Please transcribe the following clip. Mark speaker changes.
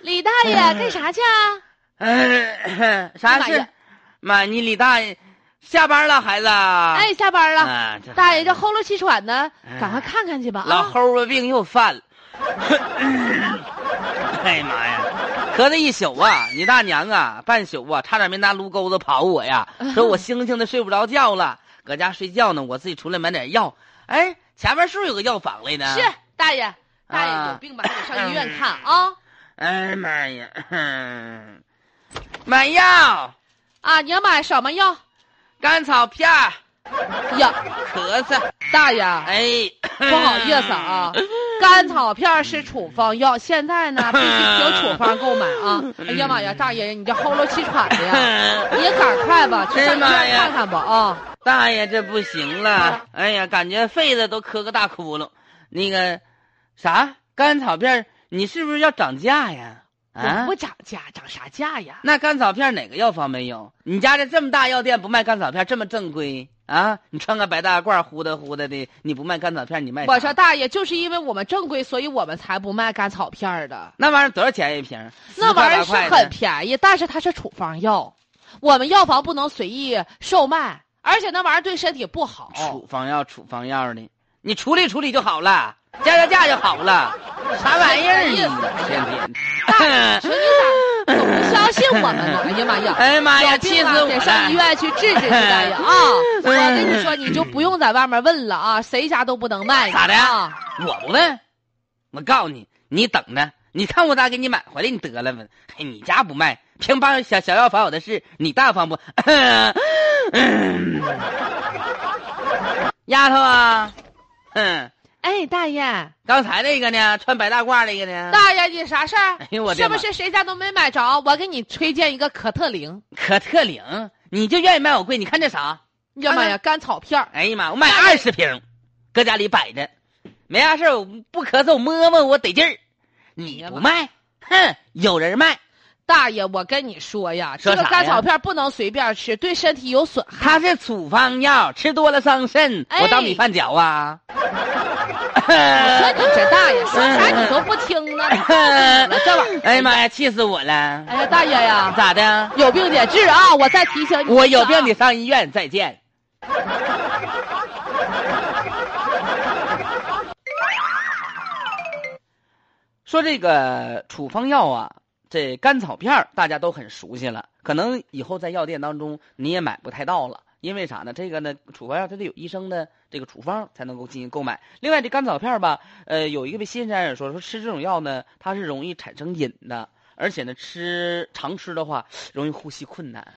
Speaker 1: 李大爷干啥去啊？
Speaker 2: 嗯，啥
Speaker 1: 哎
Speaker 2: 事
Speaker 1: 呀？
Speaker 2: 妈，你李大爷下班了，孩子。哎
Speaker 1: 哎，下班了，
Speaker 2: 啊，这
Speaker 1: 大爷这齁了气喘呢，
Speaker 2: 哎
Speaker 1: 赶快看看去吧
Speaker 2: 老
Speaker 1: 啊！
Speaker 2: 齁啊病又犯了。哎呀妈呀！咳那一宿啊，你大娘啊，半宿啊，差点没拿撸钩子刨我呀！说 我星星的睡不着觉了，搁家睡觉呢，我自己出来买点药。哎，前面是不是有个药房来呢？
Speaker 1: 是。大爷，大爷
Speaker 2: 啊嗯
Speaker 1: 有病吧，还得上医院看啊！
Speaker 2: 哎呀妈呀！哼买药，
Speaker 1: 啊，你要买什么药？
Speaker 2: 甘草片儿，
Speaker 1: 呀，
Speaker 2: 咳嗽。
Speaker 1: 大爷，
Speaker 2: 哎，
Speaker 1: 不好意思 啊，甘草片是处方药，现在呢必须凭处方购买 啊！哎呀妈呀，大爷，你这齁了气喘的呀，
Speaker 2: 哎呀，
Speaker 1: 你也赶快吧，去上医
Speaker 2: 哎呀妈
Speaker 1: 院
Speaker 2: 呀
Speaker 1: 看看吧啊！
Speaker 2: 大爷这不行了，哎呀，感觉肺子都磕个大窟窿。那个，啥甘草片儿，你是不是要涨价呀？
Speaker 1: 我
Speaker 2: 啊
Speaker 1: 不，涨价，涨啥价呀？
Speaker 2: 那甘草片儿哪个药房没有？你家这这么大药店不卖甘草片儿，这么正规啊？你穿个白大褂儿呼的呼的的，你不卖甘草片儿，你卖啥
Speaker 1: 我说大爷，就是因为我们正规，所以我们才不卖甘草片儿的。
Speaker 2: 那玩意儿多少钱一瓶儿？
Speaker 1: 那
Speaker 2: 10块
Speaker 1: 玩意儿是
Speaker 2: 8块
Speaker 1: 很
Speaker 2: 的
Speaker 1: 便宜，但是它是处方药，我们药房不能随意售卖，而且那玩意儿对身体不好。
Speaker 2: 处方药，处方药的，你处理处理就好了，加加价就好了，啥玩意儿？
Speaker 1: 意
Speaker 2: 你
Speaker 1: 思
Speaker 2: 天天。
Speaker 1: 大爷，说你咋总不 相信我们呢？哎呀妈呀！
Speaker 2: 哎呀妈呀，
Speaker 1: 有
Speaker 2: 气
Speaker 1: 病
Speaker 2: 死
Speaker 1: 了
Speaker 2: 我
Speaker 1: 得上医
Speaker 2: 了！
Speaker 1: 院去治治去，大 爷啊！我跟你说，你就不用在外面问了啊，谁家都不能卖你。
Speaker 2: 咋的
Speaker 1: 啊？
Speaker 2: 我不问，我告诉你，你等着，你看我咋给你买回来，你得了吧？嘿，你家不卖，平帮小小药房有的是，你大方不？ 嗯丫头啊，嗯，
Speaker 1: 哎，大爷，
Speaker 2: 刚才那个呢，穿白大褂那个呢，
Speaker 1: 大爷，你啥事儿
Speaker 2: 哎呦我？的
Speaker 1: 是不
Speaker 2: 妈
Speaker 1: 是谁家都没买着？我给你推荐一个可特灵。
Speaker 2: 可特灵，你就愿意卖我贵？你看这啥？
Speaker 1: 哎
Speaker 2: 啊
Speaker 1: 呀妈呀，甘草片儿。
Speaker 2: 哎呀妈，我买二十瓶，搁家里摆着，没啥事儿我不咳嗽，我摸摸我得劲儿。你不卖，哼，有人
Speaker 1: 哎
Speaker 2: 卖，
Speaker 1: 大爷，我跟你说呀，
Speaker 2: 说
Speaker 1: 这个
Speaker 2: 啥
Speaker 1: 甘
Speaker 2: 呀
Speaker 1: 草片不能随便吃，对身体有损害。
Speaker 2: 它是处方药，吃多了伤肾。
Speaker 1: 哎
Speaker 2: 我当米饭嚼啊。
Speaker 1: 我说你这大爷说啥你都不听 呢，你到底怎么了这玩意儿。
Speaker 2: 哎呀妈呀，气死我了！
Speaker 1: 哎呀，大爷呀，
Speaker 2: 咋的？
Speaker 1: 有病得治啊！我再提醒你一次啊，
Speaker 2: 我有病，你上医院。再见。说这个处方药啊，这甘草片儿大家都很熟悉了，可能以后在药店当中你也买不太到了。因为啥呢？这个呢，处方药它得有医生的这个处方才能够进行购买。另外，这甘草片儿吧，呃，有一个新鲜人说，说吃这种药呢，它是容易产生瘾的，而且呢，吃常吃的话，容易呼吸困难。